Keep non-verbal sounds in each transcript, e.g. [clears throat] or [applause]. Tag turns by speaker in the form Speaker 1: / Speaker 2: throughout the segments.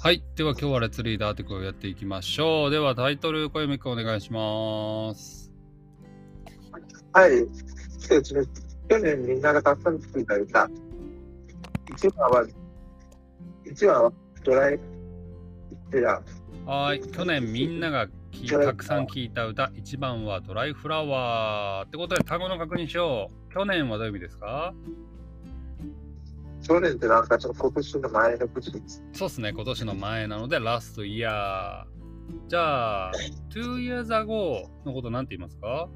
Speaker 1: はい。では今日はレッツリーダーテクをやっていきましょう。ではタイトル、小読くんお願いします。
Speaker 2: はい。そうですね去年みんながたくさん作った歌。一番は、一番はドライフラワー。
Speaker 1: はい。去年みんなが聞いたくさん聞いた歌、一番はドライフラワー。ってことで単語の確認しよう。去年はどういう意味ですか
Speaker 2: 去年ってなんかちょっと今年の前の口です。
Speaker 1: そうですね。今年の前なので、ラストイヤー。じゃあ、2 years ago のことなんて言いますか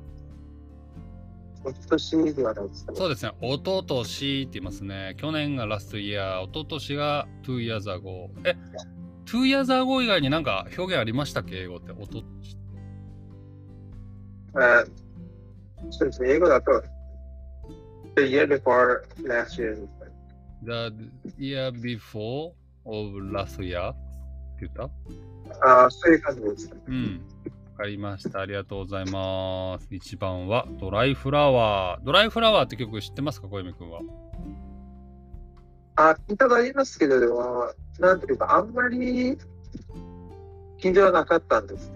Speaker 2: 今年ではないですかね。
Speaker 1: そうですね、一昨年って言いますね。去年がラストイヤー、一昨年が two years ago。え、two years ago 以外になんか表現ありましたっけ英語って。おと
Speaker 2: えーそうですね。英語だと、The year before last year ですね。
Speaker 1: the year before of last year? って言った
Speaker 2: ああ、そういう感じですね。
Speaker 1: うん。わかりました。ありがとうございます。一番はドライフラワー。ドライフラワーって曲知ってますか小泉くんは。
Speaker 2: あ、聞いたことありますけど、でも、なんていうか、あんまり、緊張はなかったんです。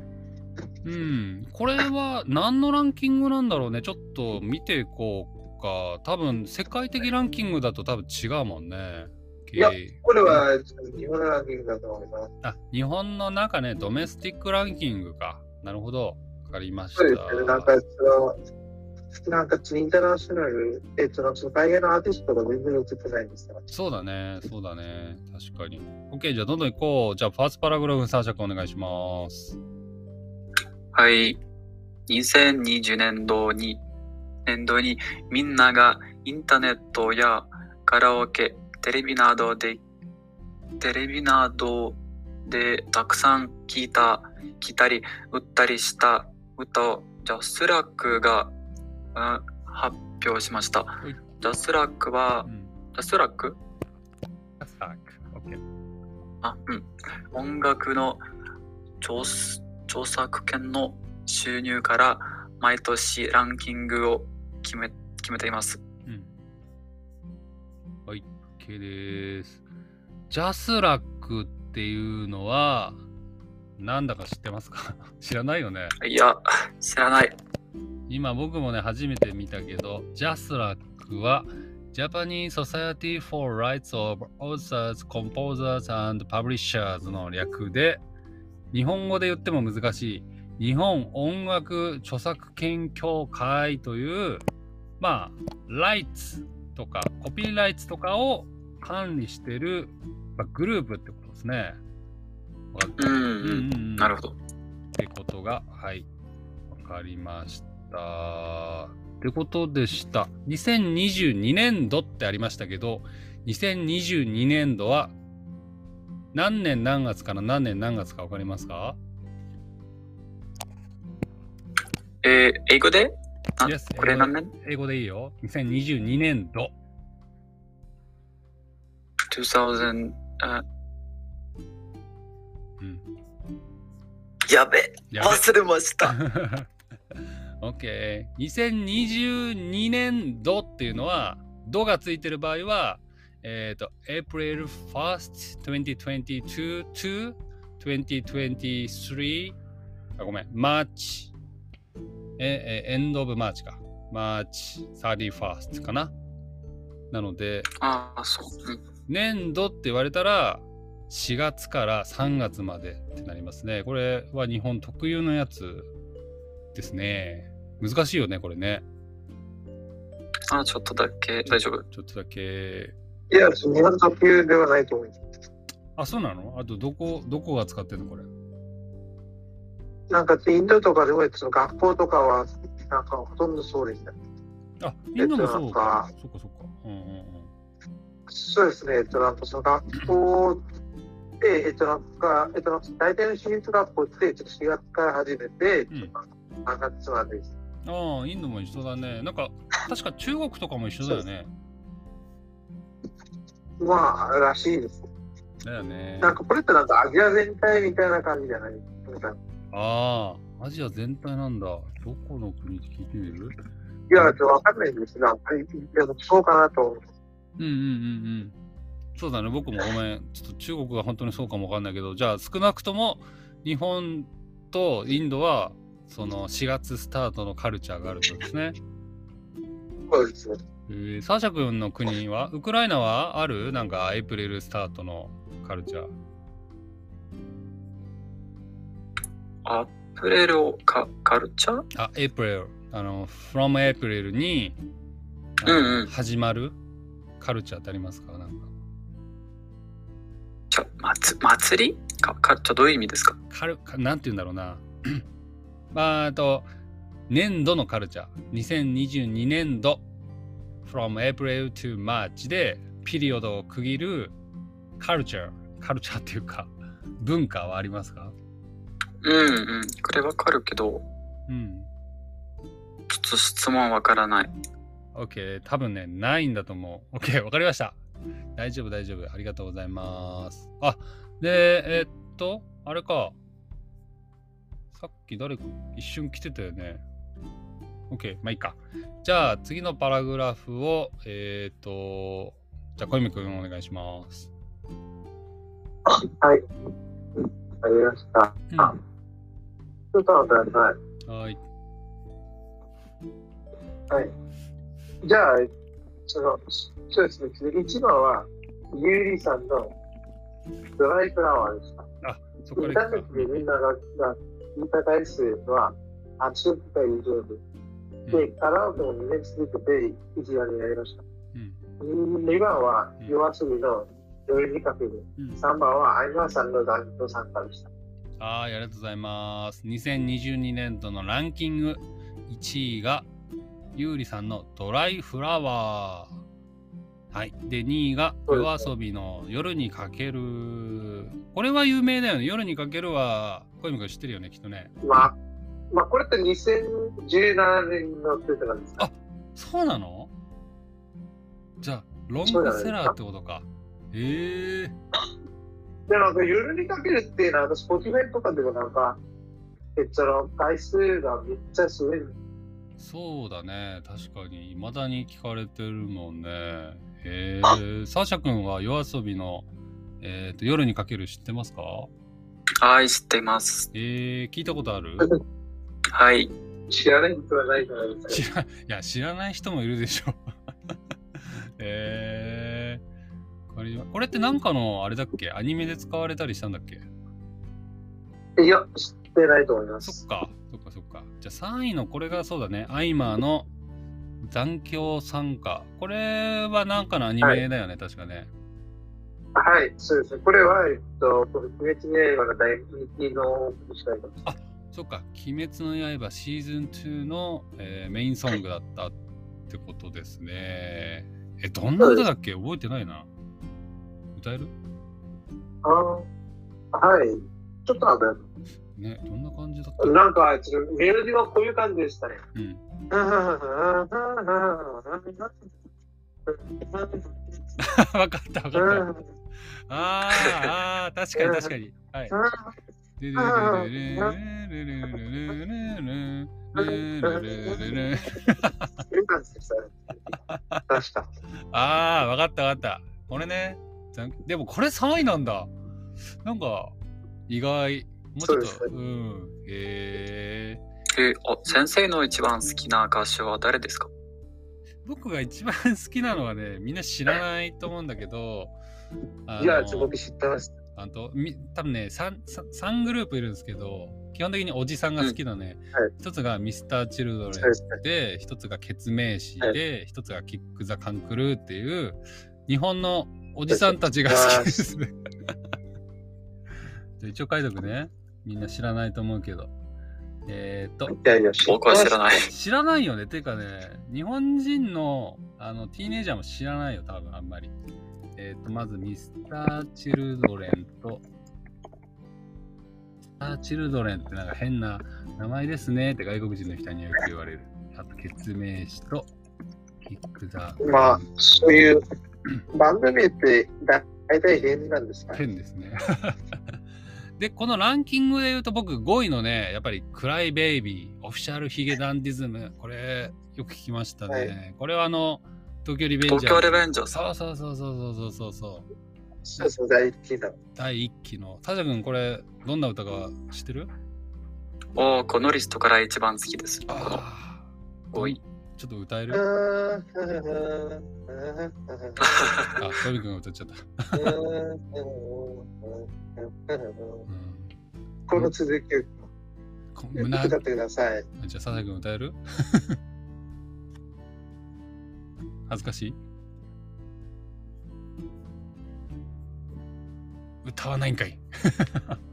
Speaker 1: うん、これは何のランキングなんだろうね。ちょっと見ていこうか。多分世界的ランキングだと多分違うもんね。
Speaker 2: いやこれは、日本のランキングだと思います。
Speaker 1: あ、日本の中ね、ドメスティックランキングか。なるほど。わかりました。
Speaker 2: そうですね、なんかその、なんかインターナショナル、えっと、その海外のアーティストが全然映ってないんですよ。
Speaker 1: そうだね。そうだね。確かに。OK、じゃあどんどん行こう。じゃあファーストパラグラフサーシャ君お願いします。
Speaker 3: はい。2020年度に、年度にみんながインターネットやカラオケ、テレビなどで、テレビなどでたくさん聞いた、聞いたり、売ったりした歌をジャスラックが、うん発表しました
Speaker 1: い。
Speaker 3: ジャスラックは
Speaker 1: う、ん。
Speaker 3: ジャスラック
Speaker 1: サーク。OK。
Speaker 3: あ、うん。音楽の著す著作権の収入から毎年ランキングを決め決めています。
Speaker 1: うん。はい、OK です。ジャスラックっていうのは、なんだか知ってますか [laughs] 知らないよね。
Speaker 3: いや、知らない。
Speaker 1: 今僕もね、初めて見たけど、ジャスラックは、Japanese Society for Rights of Authors, Composers and Publishers の略で、日本語で言っても難しい、日本音楽著作権協会という、まあ、ライツとか、コピーライツとかを管理してる、まあ、グループってことですね。わかっ
Speaker 3: うん、う
Speaker 1: うんうん
Speaker 3: ん、
Speaker 1: うん
Speaker 3: なるほど。
Speaker 1: ってことが、はい、わかりました。ってことでした。2022年度ってありましたけど、2022年度は何年何月から何年何月かわかりますか
Speaker 3: えー英語であ
Speaker 1: Yes
Speaker 3: これ何年
Speaker 1: 英語でいいよ。2022年度。
Speaker 3: ?2000、あ
Speaker 1: うん。
Speaker 3: やべ、
Speaker 1: やべ
Speaker 3: 忘れました。
Speaker 1: [laughs] OK。2022年度っていうのは、度がついてる場合は、えっ、と、April 1st, 2022 to 2023あ、ごめん、March、え、え、End of March か。March 31st かな。なので、
Speaker 3: ああ、そう、うん。
Speaker 1: 年度って言われたら4月から3月までってなりますね。これは日本特有のやつですね。難しいよね、これね。
Speaker 3: あーちょっとだけ大丈夫。
Speaker 1: ちょっとだけ。
Speaker 2: いや、日本の特急ではないと思います。
Speaker 1: あ、そうなのあと、どこ、どこが使ってるのこれ。
Speaker 2: なんかインドとかでも、その学校とかは、なんかほとんどそうでした。
Speaker 1: あ、インドもそうか
Speaker 2: えっ。
Speaker 1: そっかそっか。うんうんうん。
Speaker 2: そうですね、えっと、なんかその学校で、えっと、なんか、えっと、なんか大体の私立学校って、ちょっと4月から始めて、
Speaker 1: ん
Speaker 2: えっと3月までです。
Speaker 1: ああ、インドも一緒だね。なんか、確か中国とかも一緒だよ
Speaker 2: [laughs]
Speaker 1: ね。
Speaker 2: まあ、らしいです。
Speaker 1: だよね。
Speaker 2: なんかこれってなんかアジア全体みたいな感じじゃないですか。
Speaker 1: ああ、アジア全体なんだ。どこの国って聞いてみる
Speaker 2: いや、ちょっとわかんないんですが、あんまりでもそうかなと思う。
Speaker 1: うんうんうんうん。そうだね、僕もごめん。ちょっと中国が本当にそうかもわかんないけど、じゃあ少なくとも日本とインドは、その4月スタートのカルチャーがあるんですね。
Speaker 2: そうですね。
Speaker 1: えー、サーシャ君の国は、ウクライナはあるなんかエイプリルスタートのカルチャー。
Speaker 3: アプレルカカルチャー
Speaker 1: あ、エイプリル。あの、from エイプリルに、あ
Speaker 3: うんうん
Speaker 1: 始まるカルチャーってありますかなんか
Speaker 3: ちょまつ祭りかカルチャーどういう意味ですか
Speaker 1: カルかなんて言うんだろうな [clears throat] まああと年度のカルチャー2022年度 from April to March でピリオドを区切るカルチャーカルチャーっていうか文化はありますか
Speaker 3: うんうん。これわかるけど、
Speaker 1: うん
Speaker 3: ちょっと質問わからない。
Speaker 1: OK 多分ねないんだと思う OK わかりました大丈夫大丈夫ありがとうございますあでえっとあれかさっき誰か一瞬来てたよね OK まあいいかじゃあ次のパラグラフをえっとじゃあ小泉くんお願いします、
Speaker 2: はい。ありました。
Speaker 1: うん
Speaker 2: あちょっと待ってください。
Speaker 1: はい
Speaker 2: はい。じゃあ、その、そうですね。一番は、ゆうりさんのドライフラワーでした。
Speaker 1: そこからい
Speaker 2: 2
Speaker 1: くか
Speaker 2: ヶ月でみんなが、が聞いた回数は、80回以上で、で、カラオケも2年続けて1年になりました。
Speaker 1: うん
Speaker 2: 2番は、夜遊びの夜にカフェで、
Speaker 1: うん
Speaker 2: 3番は、アイマーさんの団長参加でした。
Speaker 1: はい、ありがとうございます。2022年度のランキング1位が、ゆうりさんのドライフラワー。はい。で、2位が、
Speaker 2: そう
Speaker 1: 夜
Speaker 2: です
Speaker 1: 遊びの夜にかける。これは有名だよね。夜にかけるは、小泉君知ってるよね、きっとね。
Speaker 2: まあ、まあ、これって2017年の出てなんですか
Speaker 1: あそうなのじゃあ、ロン
Speaker 2: そうじゃ
Speaker 1: グ
Speaker 2: ない
Speaker 1: セラーってことか。ええ
Speaker 2: で、なんか夜にかけるっていうのは、私、ポキメンとかでもなんか、えっと、回数がめっちゃすごい。
Speaker 1: そうだね。確かに、未だに聞かれてるもんね。へえ。サーシャ君は夜遊びの、えーと夜にかける知ってますか
Speaker 3: はい、知ってます。
Speaker 1: えー、聞いたことある
Speaker 3: はい。
Speaker 2: 知らないことはないじゃないです
Speaker 1: 知らいや、知らない人もいるでしょ。 [laughs] えーこれは、これってなんかのあれだっけアニメで使われたりしたんだっけ
Speaker 2: か。いや、知ってないと思いま
Speaker 1: そっ
Speaker 2: す。
Speaker 1: か、そっかそっか。じゃあ3位のこれがそうだね、アイマーの残響参加。これはなんかのアニメだよね、確かね。
Speaker 2: はい、そうですね。これは、えっと、この鬼滅の刃が大人気の主題歌です。
Speaker 1: そっか、鬼滅の刃シーズン2の、えーメインソングだったってことですね。え、どんな歌だっけ覚えてないな。歌える
Speaker 2: あーはい。ちょっと待っ
Speaker 1: ね、どんな感じだった
Speaker 2: て、なんか、ちょっとメロディーはこういう感じでしたね。
Speaker 1: [laughs] うん。わかったわかった。あーあー、確かに確かに。はい。ルルルルルルルルルルルルルルル
Speaker 2: いう感じでしたね。確か。
Speaker 1: ああ、わかったわかった。これね。残でもこれ3位なんだ。なんか、意外。もうちょっと、
Speaker 2: そうです
Speaker 1: うん。へえ。
Speaker 3: えあ先生の一番好きな歌手は誰ですか
Speaker 1: 僕が一番 [laughs] 好きなのはね、みんな知らないと思うんだけど、あ
Speaker 2: いや、ちょっと僕知ってます。
Speaker 1: あとみ多分ね 3, 3グループいるんですけど基本的におじさんが好きなね、
Speaker 2: うんはい
Speaker 1: 一つがミスターチルドレ
Speaker 2: そうですね
Speaker 1: ンで一つがケツメイシ
Speaker 2: は
Speaker 1: で、一つがキック・ザ・カンクルーっていう日本のおじさんたちが好きですね。じゃあ一応書いとくねみんな知らないと思うけどえー、っと
Speaker 2: いやいや、
Speaker 3: 僕は知ら
Speaker 2: い。
Speaker 3: ない。
Speaker 1: 知らないよねていうかね日本人のあのティーネイジャーも知らないよ多分あんまりえっ、とまずミスター・チルドレンとミスター・チルドレンってなんか変な名前ですねって外国人の人によく言われるあと決名詞とキック・ザ・
Speaker 2: まあ、そういう番組ってだ大体平時なんですか
Speaker 1: 変ですね [laughs] でこのランキングで言うと僕5位のねやっぱり「クライベイビー」オフィシャルヒゲダンディズムこれよく聞きましたね、
Speaker 2: は
Speaker 1: これはあの東京リベン
Speaker 3: 東
Speaker 1: ジャ
Speaker 3: 京
Speaker 1: ーズ
Speaker 3: リベンジャーズ。
Speaker 1: そうそうそうそうそうそうそう
Speaker 2: そうそう、大好きだ。
Speaker 1: 第一期のタジャ君これどんな歌か知ってる
Speaker 3: おーこのリストから一番好きです。この
Speaker 1: あ
Speaker 3: 5位。
Speaker 1: ちょっと歌え
Speaker 2: う
Speaker 1: る
Speaker 2: ーんうんうんうんうん
Speaker 1: あトミ君が歌っちゃった、うん
Speaker 2: この続きを
Speaker 1: こ胸
Speaker 2: [laughs] 歌ってください。
Speaker 1: じゃあ、ササ君歌える [laughs] 恥ずかしい歌わないんかい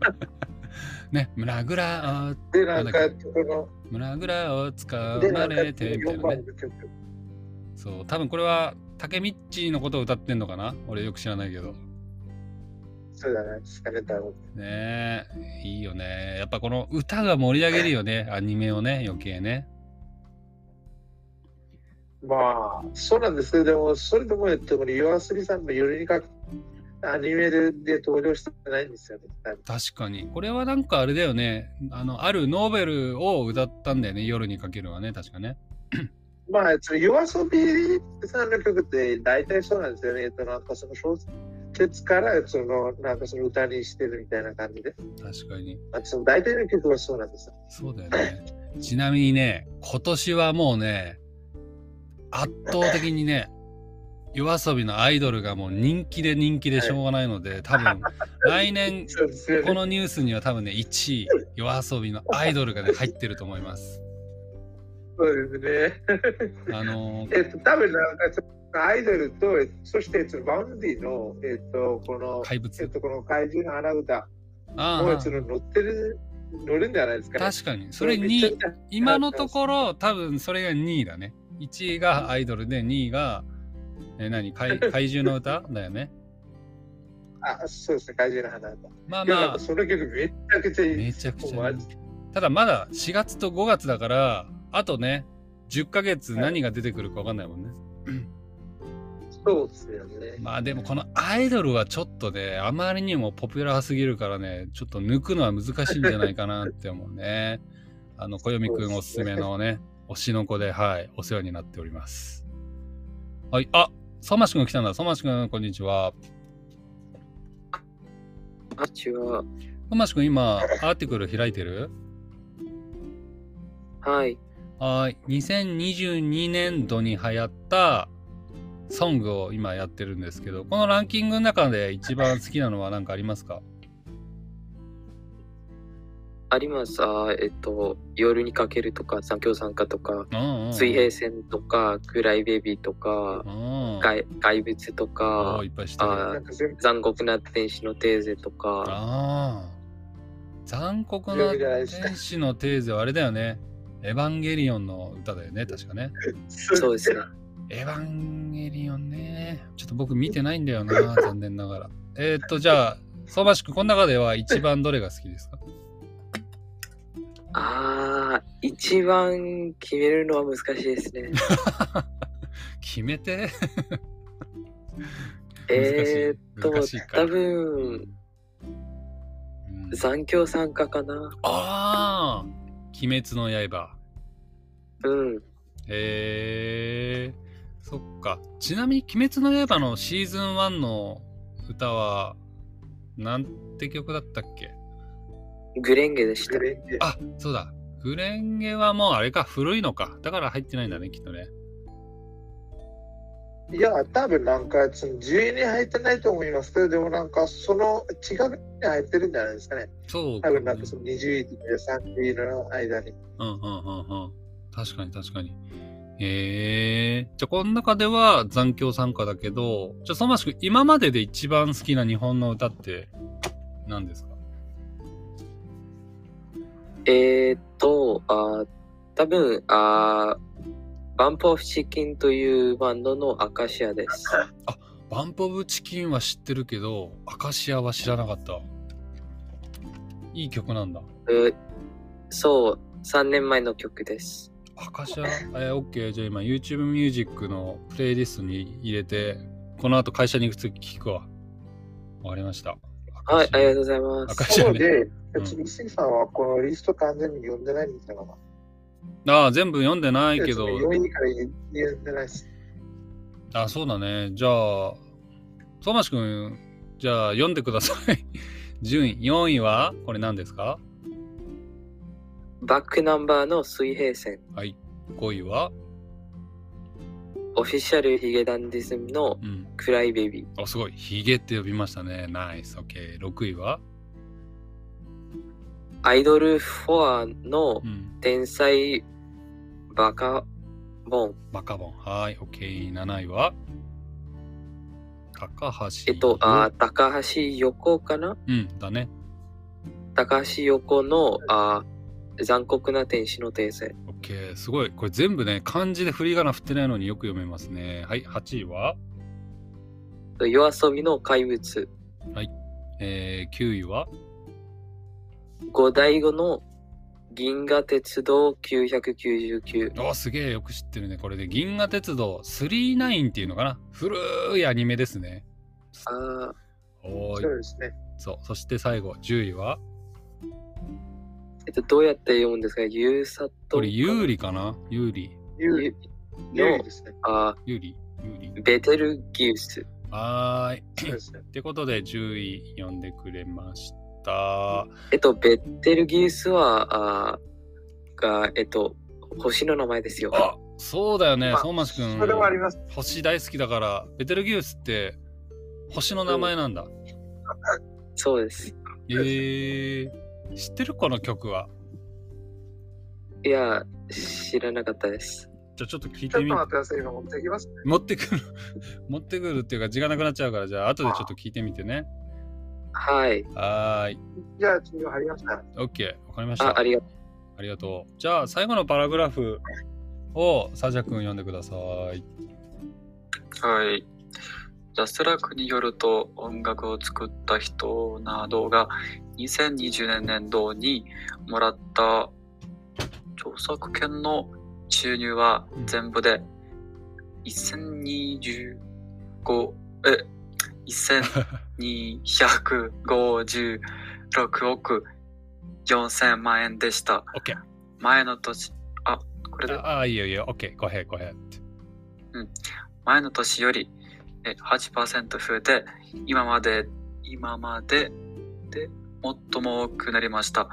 Speaker 1: [laughs] ね、村ぐらを、
Speaker 2: で、なんか、こ
Speaker 1: 村ぐらをつか
Speaker 2: の、で、な
Speaker 1: ま
Speaker 2: んか、
Speaker 1: れて、みたいな
Speaker 2: 4
Speaker 1: ね
Speaker 2: 番。の曲。
Speaker 1: そう、多分これは、タケミッチのことを歌ってんのかな俺よく知らないけど。
Speaker 2: そうだね、疲れたもん。
Speaker 1: ねえ、いいよね。やっぱこの歌が盛り上げるよね、アニメをね、余計ね。
Speaker 2: まあ、そうなんですけど、でも、それでもやっても、夜遊びさんの夜にかく、アニメで登場してないんですよね。
Speaker 1: 確かにこれはなんかあれだよねあのあるノーベルを歌ったんだよね夜にかけるはね確かね
Speaker 2: まあ、その夜遊びさんの曲って大体そうなんですよね。えっと、なんかその小説から、その、なんかその歌にしてるみたいな感じで。
Speaker 1: 確かに
Speaker 2: まあ、その大体の曲はそうなんですよ。
Speaker 1: そうだよねちなみにね今年はもうね圧倒的にね夜遊びのアイドルがもう人気で人気でしょうがないので多分来年
Speaker 2: そうですよ
Speaker 1: こ
Speaker 2: ね。
Speaker 1: のニュースには多分ね1位夜遊びのアイドルがね入ってると思います
Speaker 2: そうですね。
Speaker 1: あのー
Speaker 2: えっと、多分なんか、アイドルと、そして、そのバウンディの、えっと、この、
Speaker 1: 怪
Speaker 2: えっ
Speaker 1: 物
Speaker 2: と、この怪獣の穴歌、
Speaker 1: あ
Speaker 2: もう、そ
Speaker 1: あ
Speaker 2: の乗ってる、乗るんじゃないですか、ね。
Speaker 1: 確かにそれ
Speaker 2: めっちゃ
Speaker 1: に今のところ多分それが2位だね1位がアイドルで2位がえー何
Speaker 2: [laughs]
Speaker 1: 怪怪獣の歌だよね
Speaker 2: あ、そうですね、怪獣の花歌。
Speaker 1: まあ
Speaker 2: いや、なん
Speaker 1: ま
Speaker 2: か
Speaker 1: あ
Speaker 2: その曲めちゃくちゃいい。
Speaker 1: めちゃくち
Speaker 2: もう
Speaker 1: ゃ
Speaker 2: マジ
Speaker 1: ただまだ4月と5月だからあとね10ヶ月何が出てくるか分かんないもんね、
Speaker 2: そうですよね。
Speaker 1: まあでもこのアイドルはちょっとねあまりにもポピュラーすぎるからねちょっと抜くのは難しいんじゃないかなって思う [laughs] ねあの小読くんおすすめのね推しの子ではいお世話になっておりますはいあソマシ君来たんだソマシ君こんにちは
Speaker 3: あちは、
Speaker 1: ソマシ君今アーティクル開いてる
Speaker 3: はい。
Speaker 1: はい2022年度に流行ったソングを今やってるんですけどこのランキングの中で一番好きなのは何かありますか
Speaker 4: あります。あえっと、夜にかけるとか、三協参加とか、
Speaker 1: うんうん
Speaker 4: 水平線とか、暗いベビーとか、
Speaker 1: うん
Speaker 4: 怪怪物と
Speaker 1: お
Speaker 4: か
Speaker 1: ー、いっぱい知ってる
Speaker 4: あ
Speaker 2: なんか全部
Speaker 4: 残酷な天使のテーゼとか、
Speaker 1: ああ。残酷
Speaker 2: 強
Speaker 1: ない
Speaker 2: じゃないですか
Speaker 1: 天使のテーゼはあれだよね。エヴァンゲリオンの歌だよね、確かね。
Speaker 4: そうですね。
Speaker 1: エヴァンゲリオンね。ちょっと僕見てないんだよ
Speaker 4: [laughs]
Speaker 1: な、残念ながら。えーっと、じゃあ、相馬しくん、この中では一番どれが好きですか
Speaker 4: ああ、一番決めるのは難しいで
Speaker 1: [laughs]
Speaker 4: すね。
Speaker 1: 決めて。
Speaker 4: えーっと
Speaker 1: 難しい、か
Speaker 4: 多分、
Speaker 1: うん
Speaker 4: 残響参加かな。
Speaker 1: ああ鬼滅の刃。
Speaker 4: うん。
Speaker 1: へえー、そっか。ちなみに、鬼滅の刃のシーズン1の歌は、なんて曲だったっけ
Speaker 4: グレンゲでした
Speaker 2: グ。レンゲ
Speaker 1: あ、そうだ。グレンゲはもうあれか、古いのか。だから入ってないんだね、きっとね。
Speaker 2: いや、多分なんか、その10位に入ってないと思いますけど、でもなんか、その違うに入ってるんじゃないですかね。
Speaker 1: そう
Speaker 2: 多
Speaker 1: か、
Speaker 2: 分なんか、その20位と30位の間に。
Speaker 1: うんうんうんうん。確かに確かに。へえー。じゃあ、この中では残響参加だけど、じゃあ、そましく今までで一番好きな日本の歌って何ですか
Speaker 4: えーっと、あー多分、あバンプオフチキンというバンドのアカシアです。
Speaker 1: バンポブチキンは知ってるけど、アカシアは知らなかった。いい曲なんだ。
Speaker 4: えーそう、3年前の曲です。
Speaker 1: アカ
Speaker 4: [laughs]
Speaker 1: シア、えー、OK。じゃあ今 YouTube ミュージックのプレイリストに入れて、この後会社に行くとき聞くわ。わかりました。
Speaker 4: はい、ありがとう
Speaker 1: う。
Speaker 4: ございま
Speaker 1: アカ
Speaker 4: す。
Speaker 1: シ
Speaker 2: そ
Speaker 1: ア
Speaker 2: う
Speaker 1: ね。
Speaker 2: で、別に西さんはこのリスト完全に読んでないんじゃないか
Speaker 1: ああ、全部読んでないけど、
Speaker 2: 4位から読んでないです。
Speaker 1: あ、そうだね。じゃあ、トーマシ君、じゃあ読んでください。 [laughs] 順位、4位は、これ何ですか
Speaker 4: バックナンバーの水平線、
Speaker 1: はい。5位は、
Speaker 4: オフィシャルヒゲダンディズムの
Speaker 1: うん。
Speaker 4: クライベビー、
Speaker 1: あ、すごい。ヒゲって呼びましたね。ナイス。オッケー。6位は、
Speaker 4: アイドルフォアの
Speaker 1: うん。
Speaker 4: 天才バカボン、
Speaker 1: バカボン。はい。オッケー。7位は、高橋。
Speaker 4: えっと、あー高橋横かな
Speaker 1: うん。だね。
Speaker 4: 高橋横のあー残酷な天使の訂正、
Speaker 1: オッケー。すごい。これ全部ね、漢字で振り仮名振ってないのによく読めますね。はい。8位は、
Speaker 4: 夜遊びの怪物、
Speaker 1: えー、9位は、
Speaker 4: 五代後の銀河鉄道999、
Speaker 1: おすげえよく知ってるねこれで「銀河鉄道39」っていうのかな古いアニメですね
Speaker 4: あー
Speaker 1: お
Speaker 2: そ
Speaker 1: ーいう
Speaker 2: ですね。
Speaker 1: そうそして最後10位は
Speaker 4: えっと、どうやって読むんですかユーサト
Speaker 1: これ有利かな有利
Speaker 2: 有利、有
Speaker 4: の
Speaker 2: 利ですね。
Speaker 4: あ
Speaker 1: 有利有利
Speaker 4: ーベテルギウス。
Speaker 1: はーい
Speaker 2: そうですね。
Speaker 1: ってことで10位読んでくれました
Speaker 4: えっと、ベテルギウスは、あーが、えっと、星の名前ですよ。
Speaker 1: あそうだよね
Speaker 2: まあ
Speaker 1: 相馬市君
Speaker 2: それはあります。
Speaker 1: 星大好きだからベテルギウスって星の名前なんだ、
Speaker 4: そうです。
Speaker 1: えー、知ってるこの曲はい
Speaker 4: や、知らなかったです。
Speaker 1: じゃあちょっと聞い
Speaker 2: ちょ
Speaker 1: て
Speaker 2: っと
Speaker 1: み
Speaker 2: 待ってください。今持ってきます。
Speaker 1: 持ってくる [laughs] 持ってくるっていうか時間なくなっちゃうからじゃあ後でちょっと聞いてみてね
Speaker 4: はい。
Speaker 1: はーい
Speaker 2: じゃあ、次は入りました。
Speaker 1: OK わかりました
Speaker 4: あ、ありが
Speaker 1: ありがとうじゃあ最後のパラグラフをサジャ君読んでください
Speaker 3: はい。ジャスラックによると音楽を作った人などが2020年度にもらった著作権の収入は全部で1025え1256億4000万円でした。
Speaker 1: OK
Speaker 3: 前の年、あ、これで
Speaker 1: ああいいよいいよ OK ごへんごへん
Speaker 3: 前の年よりえ8%増えて今まで今までで最も多くなりました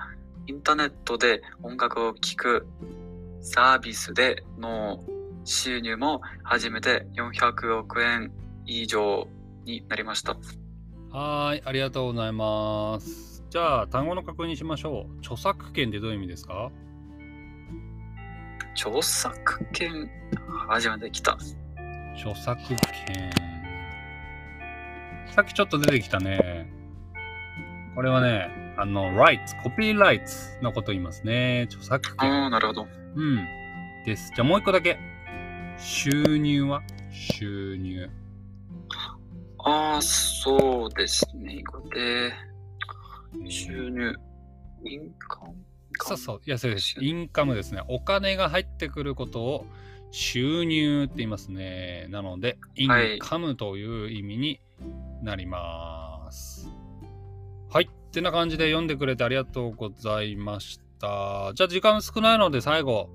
Speaker 3: インターネットで音楽を聴くサービスでの収入も初めて400億円以上になりました
Speaker 1: はーいありがとうございますじゃあ単語の確認しましょう著作権ってどういう意味ですか
Speaker 3: 著作権初めて来た
Speaker 1: 著作権さっきちょっと出てきたねこれはねあの rights コピーライツのこと言いますね著作
Speaker 3: あ
Speaker 1: 権
Speaker 3: あなるほ
Speaker 1: う
Speaker 3: ど
Speaker 1: ん。です。じゃあもう一個だけ。収入は収入。
Speaker 3: ああそうですねこれで収入インカム
Speaker 1: そうそう。いや、そうです
Speaker 3: 収。入
Speaker 1: インカムですね。お金が入ってくることを収入って言いますね。なので、イン
Speaker 3: はい
Speaker 1: カムという意味になります。はい。ってな感じで読んでくれてありがとうございました。じゃあ時間少ないので最後、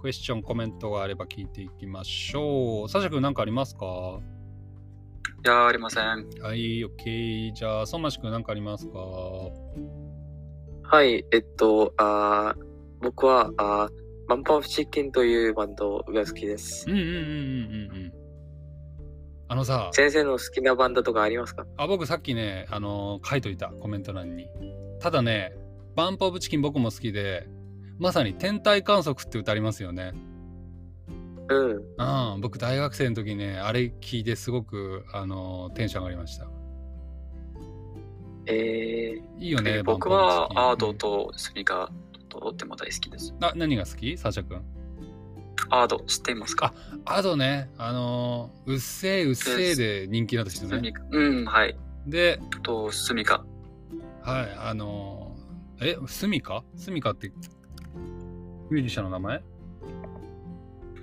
Speaker 1: クエスチョン、コメントがあれば聞いていきましょう。サシャ君何かありますかはい
Speaker 3: やありません
Speaker 1: い、オッケー。じゃあ、ソマシ君何かありますか
Speaker 4: はい。えっと、あー僕は、あーマンパンフチキンというバンドが好きです
Speaker 1: う。んうんうんうんうんうん。あのさ、
Speaker 4: 先生の好きなバンドとかありますか
Speaker 1: あ僕さっきね、あのー書いといた、コメント欄に。ただね、バンプオブチキン僕も好きで、まさに天体観測って歌ありますよね。
Speaker 4: う
Speaker 1: う
Speaker 4: ん。
Speaker 1: ん、僕大学生の時ね、あれ聞いてすごく、あのーテンション上がりました。
Speaker 4: えー、
Speaker 1: いいよね、バンプ
Speaker 3: 僕
Speaker 1: オブチ
Speaker 3: は
Speaker 1: キン
Speaker 3: アート。とスニーカーととっても大好きです。
Speaker 1: あ、何が好きサーシャ君。
Speaker 3: アート知っていますか
Speaker 1: アドね、あのーうっせーうっせーで人気になった人
Speaker 3: ス
Speaker 1: ね
Speaker 3: ニ。ーカーうん、はい。
Speaker 1: で、
Speaker 3: と、スミカ。
Speaker 1: はい、あのー、え、スミカスミカって、ミュージシャンの名前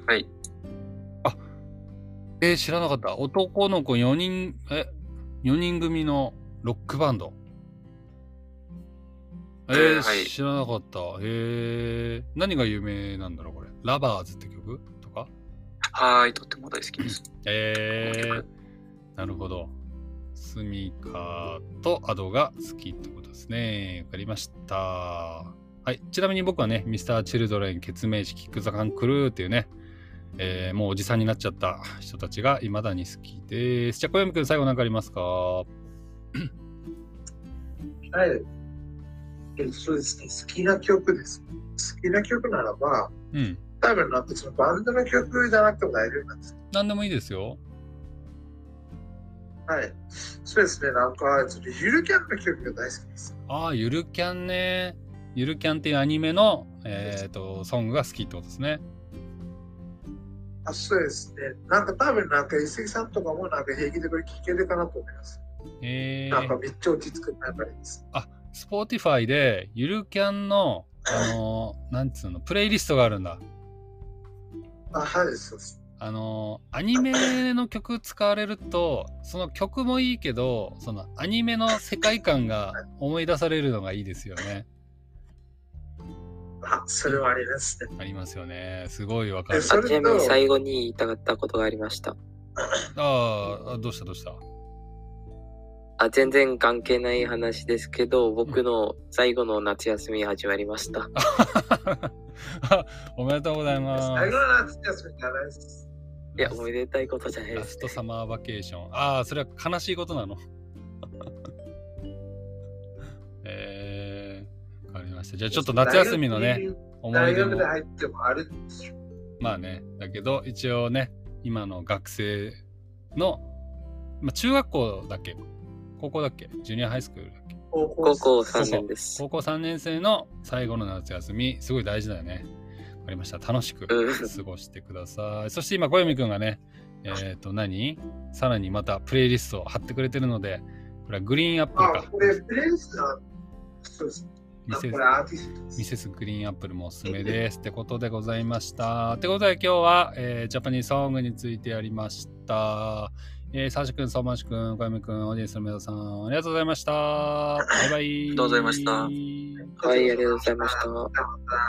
Speaker 3: はい。
Speaker 1: えー知らなかった。男の子4人、え、4人組のロックバンド。えー
Speaker 3: えーはい
Speaker 1: 知らなかった。えー、何が有名なんだろう、これ。ラバーズって曲とか
Speaker 3: はーい、とっても大好きです。
Speaker 1: えー、なるほど。スミカとアドが好きってことですね。わかりました。はい。ちなみに僕はね、Mr.Children 決命時キックザカンクルーっていうね、えーもうおじさんになっちゃった人たちが未だに好きです。じゃあ、小山くん最後何かありますか
Speaker 2: はい。えそうですね、好きな曲です。好きな曲ならば、
Speaker 1: うん。
Speaker 2: 多分なんかそのバンドの曲じゃなくても大丈夫なんです。
Speaker 1: 何でもいいですよ。
Speaker 2: はい。そうですね、なんか、ちょっとゆるキャンの曲が大好きです。
Speaker 1: ああ、ゆるキャンね。ゆるキャンっていうアニメの、えー、とソングが好きってことですね。
Speaker 2: あ、そうですね。なんか多分なんか、伊勢さんとかもなんか平気でこれ聴けるかなと思います。
Speaker 1: え
Speaker 2: なんか
Speaker 1: ー、
Speaker 2: めっちゃ落ち着く流れです。
Speaker 1: Spotify でゆるキャンの、あのーなんつうの、プレイリストがあるんだ。
Speaker 2: あ、はい、そうです。
Speaker 1: あのーアニメの曲使われると、その曲もいいけど、そのアニメの世界観が思い出されるのがいいですよね。
Speaker 2: あ、それはありますね。
Speaker 1: ありますよね。すごいわかる
Speaker 2: え。そ
Speaker 4: あ
Speaker 2: れと
Speaker 4: ちなみに最後に言いたかったことがありました。
Speaker 1: あーあ、どうしたどうした。 [laughs]
Speaker 4: あ全然関係ない話ですけど、僕の最後の夏休み始まりました。
Speaker 1: あおめでとうございま
Speaker 2: 最
Speaker 1: す
Speaker 2: 後。の夏休みじゃないです。
Speaker 4: いや、おめでたいことじゃない
Speaker 1: ラ
Speaker 4: で
Speaker 1: ス
Speaker 4: す、
Speaker 1: ト
Speaker 4: ね。
Speaker 1: サマーバケーション。ああ、それは悲しいことなの。 [laughs] えー、わかりました。じゃあちょっと夏休みのね、思い
Speaker 2: 大
Speaker 1: 出
Speaker 2: 学
Speaker 1: も
Speaker 2: で。入ってもあるんですよ。
Speaker 1: まあね、だけど一応ね、今の学生の、まあ、中学校だっけ高校だっけジュニアハイスクールだっけ
Speaker 2: 高校
Speaker 4: 高
Speaker 2: 生
Speaker 4: 校3年です。
Speaker 1: 高校3年生の最後の夏休み、すごい大事だよね。わかりました。楽しく
Speaker 4: うん
Speaker 1: 過ごしてください。そして今、小読くんがね、えっ、ー、と何、さらにまたプレイリストを貼ってくれてるので、これはグリーンアップ
Speaker 2: あ、
Speaker 1: ルか。
Speaker 2: これプレイスなそうです。
Speaker 1: ミ
Speaker 2: あこ
Speaker 1: セ
Speaker 2: れ
Speaker 1: ス
Speaker 2: アーティストです
Speaker 1: ミセスグリーンアップルもおすすめです。ってことでございました。ってことで今日は、えージャパニーズソングについてやりました。えー、サーシ君、ソーマシ君、小山君、オーディエンスの皆さん、ありがとうございました。バイバイ。。
Speaker 3: ありがとうございました
Speaker 4: はい、ありがとうございました。
Speaker 2: また